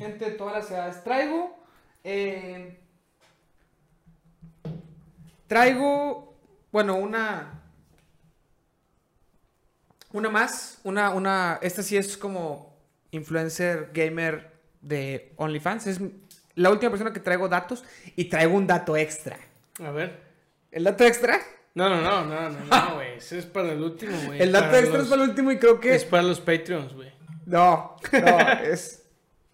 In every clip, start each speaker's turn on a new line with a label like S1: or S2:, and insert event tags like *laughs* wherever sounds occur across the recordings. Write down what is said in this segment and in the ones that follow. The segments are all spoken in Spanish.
S1: gente de todas las edades. Traigo. eh, traigo. Bueno, una. Una más. Una, una. Esta sí es como influencer gamer de OnlyFans. Es la última persona que traigo datos y traigo un dato extra.
S2: A ver.
S1: El dato extra.
S2: No, no, no, no, no,
S1: *laughs*
S2: no, güey. Ese es para el último, güey.
S1: El dato extra
S2: los-
S1: es para el último y creo que.
S2: Es para los Patreons, güey.
S1: No, no, es.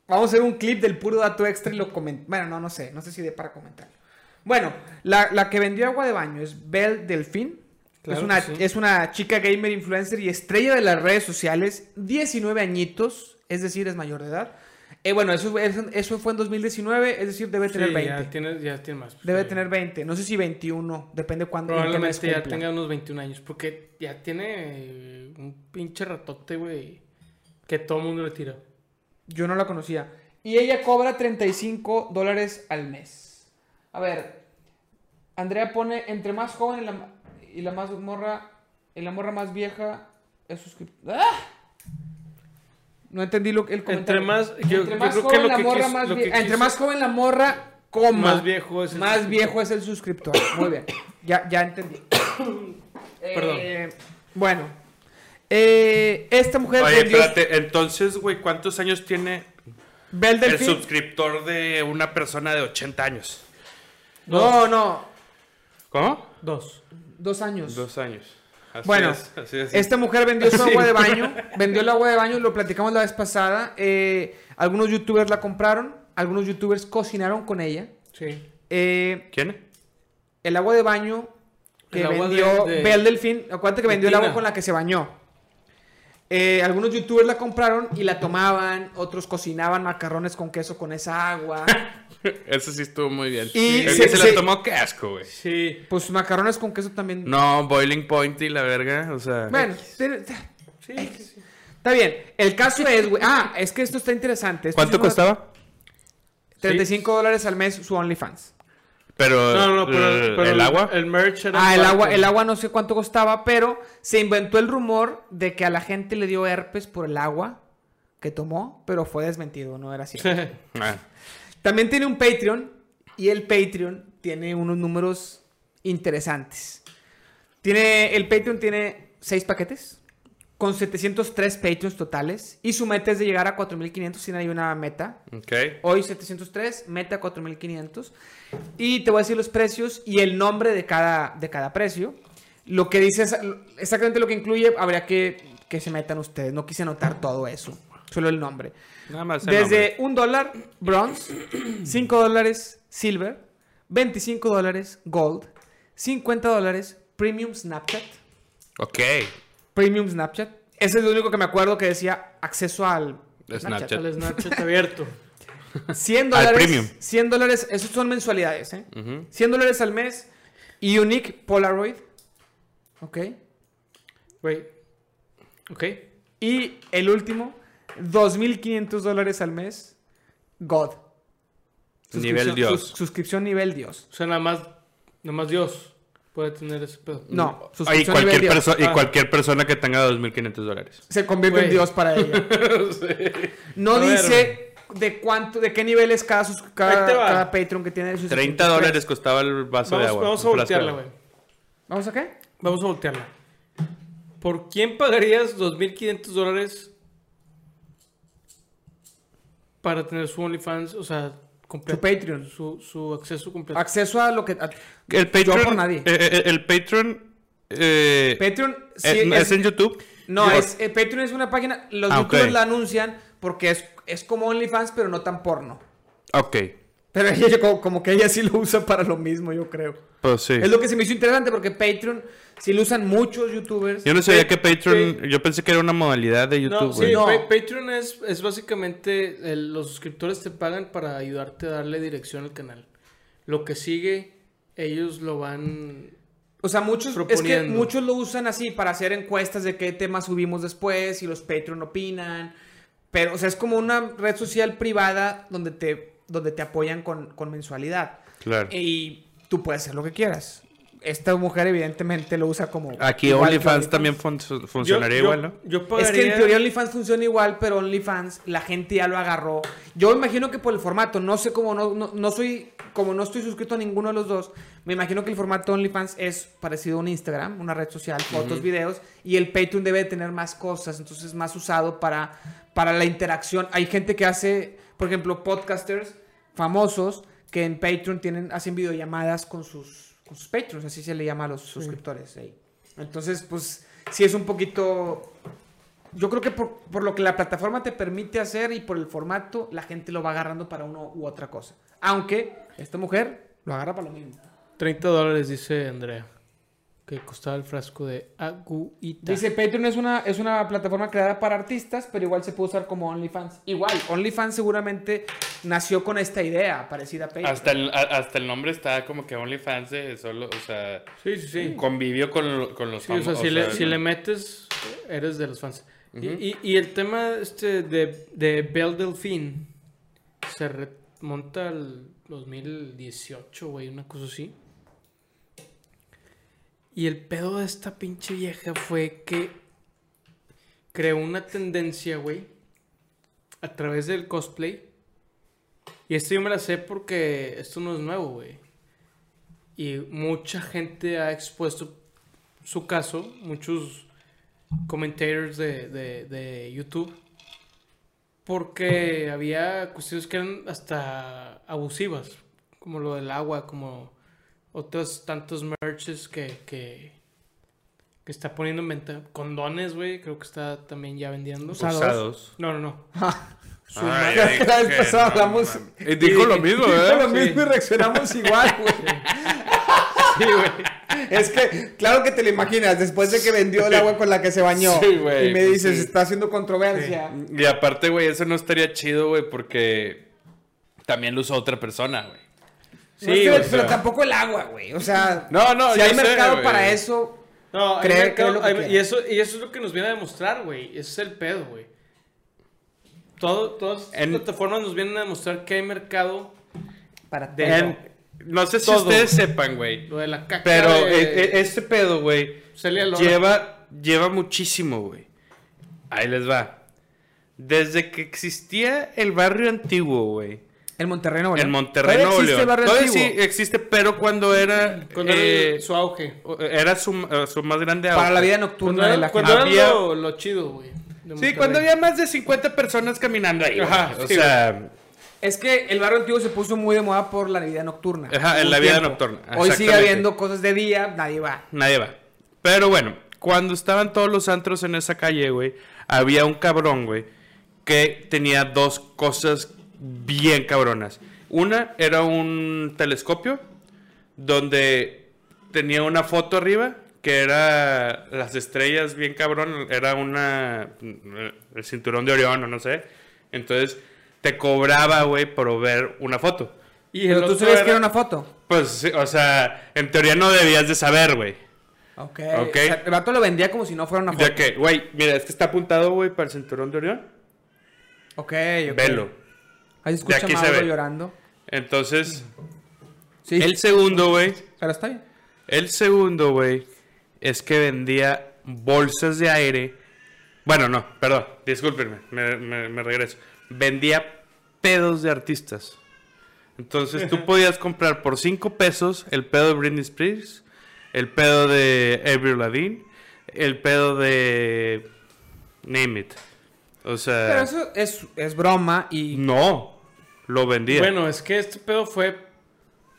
S1: Vamos a hacer un clip del puro dato extra y lo comentamos. Bueno, no, no sé, no sé si dé para comentarlo. Bueno, la, la que vendió agua de baño es Belle Delfín.
S2: Claro
S1: es, una,
S2: que sí.
S1: es una chica gamer influencer y estrella de las redes sociales, 19 añitos, es decir, es mayor de edad. Eh, bueno, eso, eso, eso fue en 2019, es decir, debe tener
S2: Sí,
S1: 20.
S2: Ya tiene, ya tiene más.
S1: Debe
S2: Sí.
S1: tener 20, no sé si 21, depende cuándo. en qué mes
S2: Probablemente ya
S1: cumpla.
S2: tenga unos 21 años. Porque ya tiene eh, un pinche ratote, güey. Que todo el mundo le tira.
S1: Yo no la conocía. Y ella cobra 35 dólares al mes. A ver, Andrea pone, entre más joven y la, y la más morra, y la morra más vieja, es suscriptor. No entendí lo, que- el comentario.
S2: Entre más. Yo,
S1: Entre
S2: yo
S1: más
S2: creo
S1: joven
S2: que lo
S1: la
S2: que
S1: morra
S2: quiso-
S1: más
S2: lo que
S1: vieja. Entre
S2: quiso-
S1: más joven la morra, coma.
S2: Más viejo es el
S1: Más
S2: suscriptor.
S1: viejo es el suscriptor. Muy bien. Ya, ya entendí.
S2: *coughs* Perdón.
S1: Eh, bueno. Eh, esta mujer
S3: Oye,
S1: vendió-
S3: espérate, entonces, güey, ¿cuántos años tiene
S1: Bel
S3: el
S1: Delfín.
S3: suscriptor de una persona de 80 años?
S1: No, no.
S3: ¿Cómo?
S2: Dos.
S1: Dos años.
S3: Dos años. Así
S1: bueno,
S3: es, así es.
S1: esta mujer
S2: *laughs*
S1: vendió su
S3: Así.
S1: agua de baño. Vendió el agua de baño, lo platicamos la vez pasada. eh, algunos youtubers la compraron, algunos youtubers cocinaron con ella.
S2: Sí.
S1: Eh,
S3: ¿Quién?
S1: el agua de baño que
S2: El agua de-
S1: vendió
S2: de-
S1: Bel Delfín, acuérdate que vendió el agua
S2: Tina.
S1: con la que se bañó. Eh, algunos youtubers la compraron y la tomaban, otros cocinaban macarrones con queso con esa
S2: *laughs*
S1: agua.
S3: Eso sí estuvo muy bien.
S1: Y
S3: Y
S1: se-
S3: se, se
S1: se-
S3: la tomó qué asco, güey.
S2: Sí.
S1: Pues macarrones con queso también.
S3: No, Boiling Point y la verga, o sea...
S1: Bueno, tiene-
S2: Sí, sí, sí.
S1: Está bien. El caso es, güey. Ah, es que esto está interesante. Esto
S3: ¿Cuánto
S1: es una-
S3: costaba?
S1: 35 dólares al mes su OnlyFans.
S3: Pero,
S2: No, no, no, pero,
S3: eh,
S2: pero
S3: ¿el agua?
S2: El merch era.
S1: Ah,
S2: un
S1: el agua,
S2: barco. *laughs*
S1: el agua no sé cuánto costaba, pero se inventó el rumor de que a la gente le dio herpes por el agua que tomó, pero fue desmentido, no era cierto.
S3: Ah,
S1: También tiene un Patreon y el Patreon tiene unos números interesantes. Tiene, el Patreon tiene 6 paquetes con 703 Patreons totales y su meta es de llegar a 4500 sin hay una meta.
S3: ok.
S1: Hoy 703, meta 4500. Y te voy a decir los precios y el nombre de cada, de cada precio. Lo que dice esa- exactamente lo que incluye, habría que que se metan ustedes. No quise anotar todo eso, solo el nombre.
S3: Nada más el
S1: Desde un dólar, bronze, 5 dólares, silver, 25 dólares, gold, 50 dólares, premium Snapchat.
S3: nombre.
S1: Premium Snapchat. Ese es lo único que me acuerdo que decía acceso al
S3: Ok.
S1: Snapchat.
S3: Snapchat.
S2: El Snapchat abierto.
S1: 100
S3: Al
S1: dólares.
S3: premium.
S1: 100 dólares, esos son mensualidades, ¿eh?
S3: Ujú.
S1: 100 dólares al mes. Y Unique Polaroid. Ok.
S2: Güey. Ok.
S1: Y el último, 2.500 dólares al mes. God.
S3: Nivel Dios.
S1: sus- suscripción nivel Dios.
S2: O sea, nada más. Nada más Dios puede tener ese pedo.
S1: No,
S3: Y
S1: suscripción nivel
S3: Mm, cualquier,
S1: Dios.
S3: perso- y
S2: Ah.
S3: cualquier persona que tenga 2.500 dólares.
S1: Se convierte en
S2: Güey.
S1: Dios para
S3: *laughs*
S1: ella. No
S2: A ver,
S1: dice de cuánto, de qué nivel es cada, sus- cada,
S2: Ahí te va.
S1: cada Patreon que tiene. sus
S3: 30
S1: suscriptores.
S3: dólares costaba el vaso
S2: Vamos,
S3: de agua.
S2: vamos a
S3: un frasco de
S2: voltearla,
S3: agua.
S2: güey.
S1: ¿Vamos a qué?
S2: Vamos a voltearla. ¿Por quién pagarías 2.500 dólares para tener su OnlyFans? O sea,
S1: Su
S2: completo.
S1: Patreon.
S2: Su, su acceso completo.
S1: Acceso a lo que. a-
S3: El Patreon.
S1: Yo por nadie.
S3: eh, eh, el Patreon. eh,
S1: Patreon sí
S3: eh, ¿no
S1: es-
S3: ¿Es en YouTube?
S1: No,
S3: Yo-
S1: es, eh, Patreon es una página. Los
S3: Ah,
S1: youtubers
S3: ok.
S1: la anuncian porque es, es como OnlyFans, pero no tan porno.
S3: Ok.
S1: Pero ella, yo como, como que ella sí lo usa para lo mismo, yo creo.
S3: Pues sí.
S1: Es lo que se me hizo interesante porque Patreon sí lo usan muchos youtubers.
S3: Yo no sabía que
S2: Patreon-
S3: Patreon. Yo pensé que era una modalidad de
S2: No,
S3: YouTube,
S2: sí,
S3: güey.
S1: No.
S2: Pa- Patreon es, es básicamente el- los suscriptores te pagan para ayudarte a darle dirección al canal. Lo que sigue, ellos lo van.
S1: O sea, muchos, es que
S2: Proponiendo.
S1: muchos lo usan así para hacer encuestas de qué temas subimos después y los Patreon opinan. Pero, o sea, es como una red social privada donde te, donde te apoyan con, con mensualidad.
S3: Claro.
S1: Y tú puedes hacer lo que quieras. esta mujer evidentemente lo usa como...
S3: Aquí
S1: igual que
S3: OnlyFans también fun- funcionaría
S2: Yo- yo-
S3: igual, ¿no?
S2: Yo
S1: Es que
S2: pagaría-
S1: en teoría OnlyFans funciona igual, pero OnlyFans la gente ya lo agarró. Yo imagino que por el formato, no sé cómo, no, no, no soy, como no estoy suscrito a ninguno de los dos, me imagino que el formato OnlyFans es parecido a un Instagram, una red social, fotos, videos, y el Patreon debe de tener más cosas, entonces es más usado para, para la interacción. Hay gente que hace, por ejemplo, podcasters famosos que en Patreon tienen, hacen videollamadas con sus, con sus Patreons, así se le llama a los suscriptores ahí. Entonces, pues, sí es un poquito yo creo que por, por lo que la plataforma te permite hacer y por el formato, la gente lo va agarrando para uno u otra cosa. Aunque esta mujer lo agarra para lo mismo.
S2: 30 dólares, dice Andrea. Que costaba el frasco de aguita.
S1: Dice, Patreon es una, es una plataforma creada para artistas, pero igual se puede usar como OnlyFans. Igual, OnlyFans seguramente nació con esta idea parecida a Patreon.
S3: Hasta el, a- hasta el nombre está como que OnlyFans de solo, o sea,
S2: Sí, sí, sí.
S3: convivió con, lo- con los
S2: Sí, o sea,
S3: famosos,
S2: si,
S3: o
S2: le,
S3: sea,
S2: si le metes, eres de los fans. Y- y, y el tema este de, de Belle Delphine se remonta al 2018, güey, una cosa así. Y el pedo de esta pinche vieja fue que creó una tendencia, güey, a través del cosplay. Y esto yo me la sé porque esto no es nuevo, güey. Y mucha gente ha expuesto su caso, muchos commentators de, de, de YouTube, porque había cuestiones que eran hasta abusivas, como lo del agua, como otros tantos merches que, que, que está poniendo en venta. Condones, güey, creo que está también ya vendiendo.
S1: sea,
S3: usados.
S2: No, no, no. Su
S3: Ay,
S2: ma-
S3: ay,
S1: La vez
S3: que
S1: pasada
S3: no,
S1: hablamos-
S3: mames. Eh, dijo lo mismo,
S1: Dijo
S3: ¿eh?
S1: lo mismo y reaccionamos igual, *laughs* güey.
S2: Sí, güey.
S1: Es que, claro que te lo imaginas, después de que vendió el agua con la que se bañó.
S3: Sí, güey,
S1: y me
S3: pues
S1: dices,
S3: sí.
S1: está haciendo controversia.
S3: Y aparte, güey, eso no estaría chido, güey, porque también lo usa otra persona, güey.
S1: No
S2: Sí,
S1: sé,
S2: güey, o
S1: pero
S3: sea.
S1: tampoco el agua, güey. O sea,
S3: *laughs* No, no,
S1: si
S3: yo
S1: hay
S3: sé,
S1: mercado
S3: güey.
S1: para eso,
S2: No, hay
S1: Creer que
S2: mercado-
S1: es lo que
S2: hay-
S1: quieran.
S2: y, eso, y eso es lo que nos viene a demostrar, güey. Ese es el pedo, güey. Todo, todas estas
S3: En-
S2: plataformas nos vienen a demostrar que hay mercado
S1: para
S2: de
S1: todo.
S3: No sé si
S2: Todo.
S3: ustedes sepan, güey,
S2: lo de la caca.
S3: pero
S2: de-
S3: eh, eh, este pedo, güey,
S2: Celia Lora.
S3: lleva, lleva muchísimo, güey. Ahí les va. Desde que existía el barrio antiguo, güey.
S1: El Monterrey Nuevo
S3: En
S1: León.
S3: Monterrey,
S1: Todavía
S3: Nuevo
S1: existe
S3: León.
S1: el barrio
S3: Todavía
S1: antiguo.
S3: sí eh, existe, pero cuando era...
S2: cuando
S3: eh,
S2: era su auge.
S3: Era su, eh, su más grande
S1: Para
S3: auge.
S1: la vida
S2: Cuando
S1: nocturna de
S2: era,
S1: la
S2: cuando
S1: gente.
S2: era
S3: Había-
S2: lo, lo chido, güey. de
S3: Sí,
S2: Monterrey.
S3: cuando había más de 50 personas caminando ahí. güey.
S2: Ajá,
S3: o
S2: sí,
S3: sea,
S1: Es que el barrio antiguo se puso muy de moda por la vida nocturna.
S3: Ajá, en
S1: Hubo
S3: la
S1: un
S3: vida nocturna,
S1: Hoy sigue
S3: exactamente.
S1: habiendo cosas de día, nadie va.
S3: nadie va. Pero bueno, cuando estaban todos los antros en esa calle, güey, había un cabrón, güey, que tenía dos cosas bien cabronas. Una era un telescopio donde tenía una foto arriba que era las estrellas bien cabrón, era una el cinturón de Orión o no sé. Entonces te cobraba, güey, por ver una foto.
S2: Y el
S1: Pero tú
S2: otro
S1: sabías que era
S2: era-
S1: una foto.
S3: Pues, sí, o sea, en teoría no debías de saber, güey.
S1: Ok.
S3: Ok.
S1: O sea, el vato lo vendía como si no fuera una foto.
S3: Ya que, güey, mira, es que está apuntado, güey, para el cinturón de Orión.
S1: Ok, ok.
S3: Velo.
S1: Ahí se escucha
S3: aquí se
S1: Mauro
S3: ve.
S1: llorando.
S3: Entonces,
S1: Sí,
S3: el segundo, güey,
S1: pero está bien.
S3: el segundo, güey, es que vendía bolsas de aire. Bueno, no, perdón, discúlpenme, me, me- me regreso. Vendía pedos de artistas. Entonces
S1: *laughs*
S3: tú podías comprar por 5 pesos el pedo de Britney Spears, el pedo de Avril Lavigne, el pedo de... Name it. O sea...
S1: Pero eso es, es broma y...
S3: No, lo vendía.
S2: Bueno, es que este pedo fue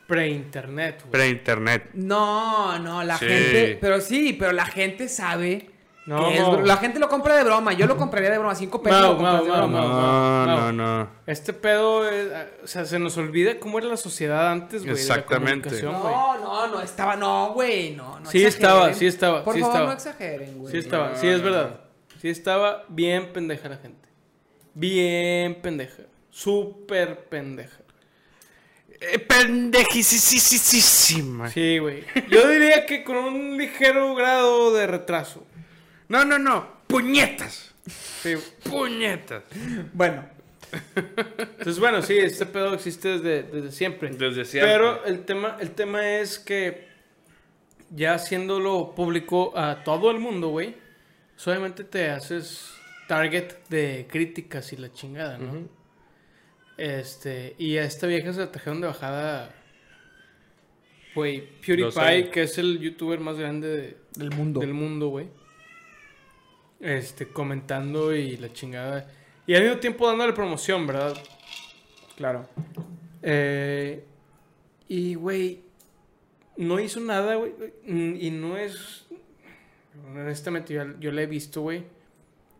S2: pre-internet, güey.
S3: Pre-internet.
S1: No, no, la
S3: Sí.
S1: gente... Pero sí, pero la gente sabe...
S2: No.
S1: que es bro- la gente lo compra de broma. Yo lo compraría de broma. Cinco pesos
S2: Mau,
S1: lo compras
S2: Mau,
S1: de
S2: Mau,
S1: broma.
S2: Mau.
S3: No, no,
S2: no,
S3: no.
S2: Este pedo, eh, o sea, se nos olvida cómo era la sociedad antes, güey. de la
S3: Exactamente.
S2: comunicación, güey.
S1: No, no, no, estaba, no, güey, no, no.
S2: Sí
S1: exageren.
S2: estaba, sí estaba,
S1: Por
S2: sí
S1: favor,
S2: estaba.
S1: no exageren, güey.
S2: Sí estaba,
S3: No,
S2: sí es
S3: no,
S2: verdad. Sí estaba bien pendeja la gente. Bien pendeja. Súper pendeja.
S3: Eh, Pendejicisísima.
S2: Sí, güey. Yo diría que con un ligero grado de retraso.
S3: No, no, no. Puñetas.
S2: Sí.
S3: Puñetas.
S1: Bueno,
S2: Entonces, bueno, sí, este pedo existe desde, desde siempre.
S3: Desde siempre.
S2: Pero el tema, el tema es que ya haciéndolo público a todo el mundo, güey, solamente te haces target de críticas y la chingada, ¿no? Este, y a esta vieja se la trajeron de bajada, güey, PewDiePie,
S3: años.
S2: que es el youtuber más grande de-
S1: Del mundo.
S2: del mundo, güey. Este, comentando y la chingada. Y al mismo tiempo dándole promoción, ¿verdad?
S1: Claro.
S2: Eh, y, güey, no hizo nada, güey. Mm, Y no es... Honestamente, yo, yo la he visto, güey.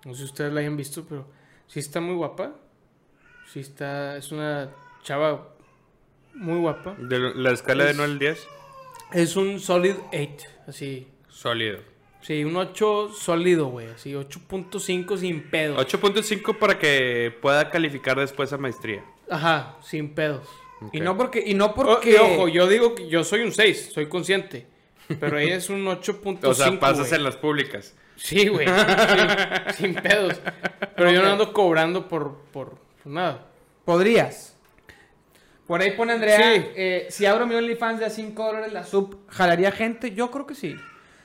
S2: No sé si ustedes la hayan visto, pero sí está muy guapa. Sí está... Es una chava muy guapa.
S3: De lo- la escala de
S2: Es-
S3: 9 al 10,
S2: Es un solid 8, así.
S3: sólido.
S2: Sí, un 8 sólido, güey. Así, 8.5 sin pedos.
S3: 8.5 para que pueda calificar después a maestría.
S2: Ajá, sin pedos.
S1: Y
S3: Ok.
S1: no porque. Y no
S2: O-
S1: porque.
S2: Oh, y ojo, yo digo que yo soy un 6, soy consciente. Pero ella es un 8.5.
S3: *laughs* O sea, pasas
S2: güey.
S3: en las públicas.
S2: Sí,
S3: *laughs*
S2: güey. sin- sin pedos. Pero yo no ando cobrando por, por, por nada.
S1: Podrías. Por ahí pone Andrea.
S2: Sí.
S1: eh, si abro mi OnlyFans de a 5 dólares, la sub, ¿jalaría gente? Yo creo que sí.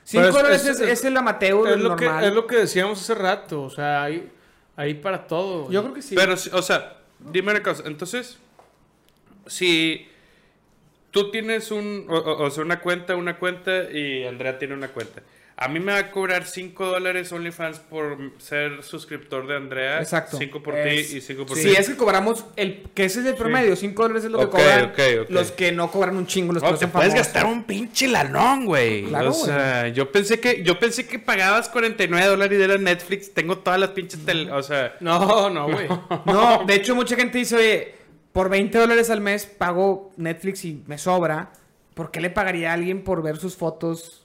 S1: 5
S2: Pero es-
S1: dólares
S2: es-
S1: es,
S2: es-
S1: es el amateur,
S2: Es
S1: el
S2: lo, que,
S1: normal.
S2: es lo que decíamos hace rato. O sea, hay, hay para todo. güey.
S1: Yo creo que sí.
S3: Pero, o sea, dime una cosa. Entonces, si tú tienes un, o, o- o sea, una cuenta, una cuenta y Andrea tiene una cuenta. A mí me va a cobrar 5 dólares OnlyFans por ser suscriptor de Andrea.
S1: Exacto.
S3: 5 por
S1: Es-
S3: ti y 5 por
S1: Si
S3: ti.
S1: es que cobramos el que ese es el promedio, 5 dólares es lo que
S3: Ok,
S1: cobran
S3: ok, ok.
S1: los que no cobran un chingo, los que
S3: No,
S1: no
S3: te
S1: son
S3: puedes
S1: famosos.
S3: gastar un pinche lanón, güey.
S1: Claro,
S3: o sea, yo pensé que yo pensé que pagabas 49 dólares y era Netflix. Tengo todas las pinches tele- o sea,
S2: No, no, güey.
S3: *laughs*
S1: No, de hecho mucha gente dice, oye, por 20 dólares al mes pago Netflix y me sobra. ¿Por qué le pagaría a alguien por ver sus fotos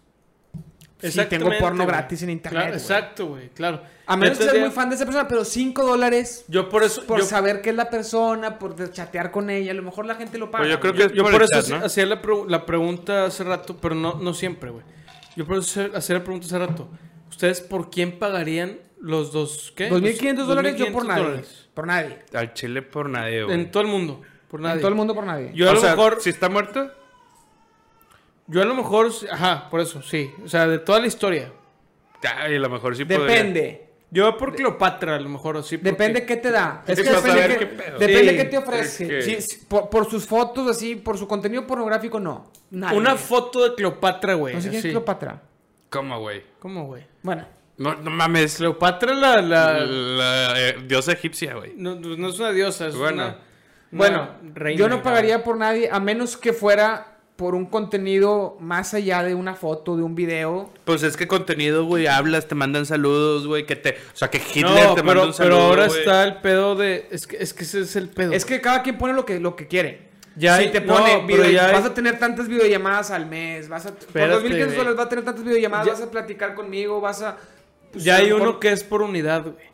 S1: si tengo
S2: Exactamente,
S1: porno
S2: güey.
S1: gratis en internet?
S2: Claro,
S1: güey?
S2: exacto, güey, claro.
S1: A menos que
S2: Entonces,
S1: seas muy fan de esa persona, pero 5 dólares
S2: Yo por eso.
S1: por
S2: yo-
S1: saber qué es la persona, por chatear con ella. A lo mejor la gente lo paga.
S3: Pues yo creo
S1: güey.
S3: que-
S2: Yo
S3: por
S2: por,
S3: el
S2: eso
S3: chat,
S2: hace-
S3: ¿no?
S2: hacía la, pregu- la pregunta hace rato, pero no, no siempre, güey. Yo por eso hace- hacía la pregunta hace rato. ¿Ustedes por quién pagarían los dos, qué?
S1: 2.500
S2: Los-
S1: dólares yo por
S2: 2.500
S1: nadie.
S2: dólares.
S1: Por nadie.
S3: al chile por nadie, güey.
S2: En todo el mundo, por nadie.
S1: En todo el mundo por nadie.
S2: Yo a
S3: O
S2: lo
S3: sea,
S2: mejor,
S3: si está muerto,
S2: yo a lo mejor, ajá, por eso, sí. O sea, de toda la historia.
S3: ay, a lo mejor sí podría.
S1: Depende.
S2: Yo por Cleopatra, a lo mejor, así. porque-
S1: Depende qué te da.
S3: Es
S1: Es que
S3: para
S1: depende,
S3: saber
S1: qué,
S3: qué pedo.
S1: depende
S2: Sí,
S1: qué te ofrece.
S3: es que-
S1: Sí, sí, por, por sus fotos así, por su contenido pornográfico, no. Nadie.
S2: Una foto de Cleopatra, güey.
S1: No sé quién es
S2: así.
S1: Cleopatra.
S3: ¿Cómo, güey?
S2: ¿Cómo, güey?
S1: Bueno,
S3: No, no mames. La,
S2: Cleopatra la... la...
S3: la, eh, diosa egipcia, güey.
S2: No, no es una diosa, es
S3: Bueno.
S2: una,
S1: bueno
S2: una reina,
S1: yo no
S2: güey.
S1: pagaría por nadie a menos que fuera por un contenido más allá de una foto, de un video.
S3: Pues es que contenido, güey, hablas, te mandan saludos, güey, que te... O sea, que Hitler te manda un saludo,
S2: Pero ahora
S3: güey.
S2: está el pedo de. Es que, es que ese es el pedo.
S1: Es que cada quien pone lo que, lo que quiere.
S2: Ya
S1: si
S2: hay-
S1: te
S2: no,
S1: pone,
S2: pero
S1: video-
S2: ya hay-
S1: vas a tener tantas videollamadas al mes, vas a
S2: Espérate,
S1: por 2.500
S2: güey.
S1: dólares vas a tener tantas videollamadas,
S2: Ya-
S1: vas a platicar conmigo, vas a pues,
S2: ya
S1: a
S2: hay
S1: lo mejor-
S2: uno que es por unidad, güey.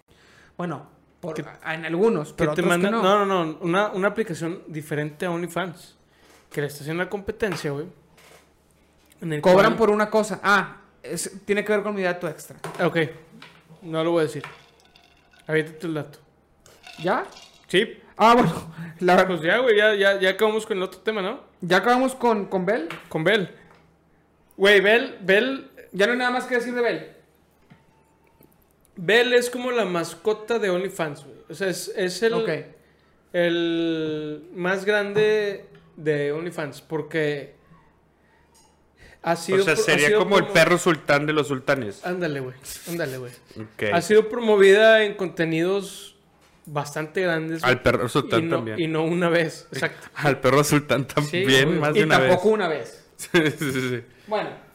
S1: Bueno, por-
S2: Que-
S1: a- en algunos,
S2: Que
S1: pero
S2: te
S1: otros
S2: mandan.
S1: que no.
S2: no, no, no, Una, una aplicación diferente a OnlyFans. Que le está haciendo la competencia, güey. en el
S1: Cobran
S2: cual-
S1: por una cosa. Ah, es- tiene que ver con mi dato extra.
S2: Ok. No lo voy a decir. Ahorita el dato.
S1: ¿Ya?
S2: Sí.
S1: Ah, bueno. La
S2: Pues ya, güey. Ya, ya, ya acabamos con el otro tema, ¿no?
S1: Ya acabamos con, con Bell.
S2: Con Bell. Güey, Bell. Bell.
S1: Ya no hay nada más que decir de Bell.
S2: Bell es como la mascota de OnlyFans, güey. O sea, es, es el.
S1: Ok.
S2: El más grande de OnlyFans, porque ha sido.
S3: O sea,
S2: pro- ha
S3: sería
S2: sido
S3: como, el
S2: promo-
S3: perro sultán de los sultanes.
S2: Ándale, güey. Ándale, güey.
S3: Ok.
S2: Ha sido promovida en contenidos bastante grandes.
S3: Al
S2: güey,
S3: perro sultán
S2: y no,
S3: también.
S2: Y no una vez, exacto.
S3: Al perro sultán también,
S2: obvio.
S3: más de
S1: Y
S3: una
S1: tampoco
S3: vez.
S1: una vez.
S3: *laughs* Sí, sí, sí.
S1: Bueno,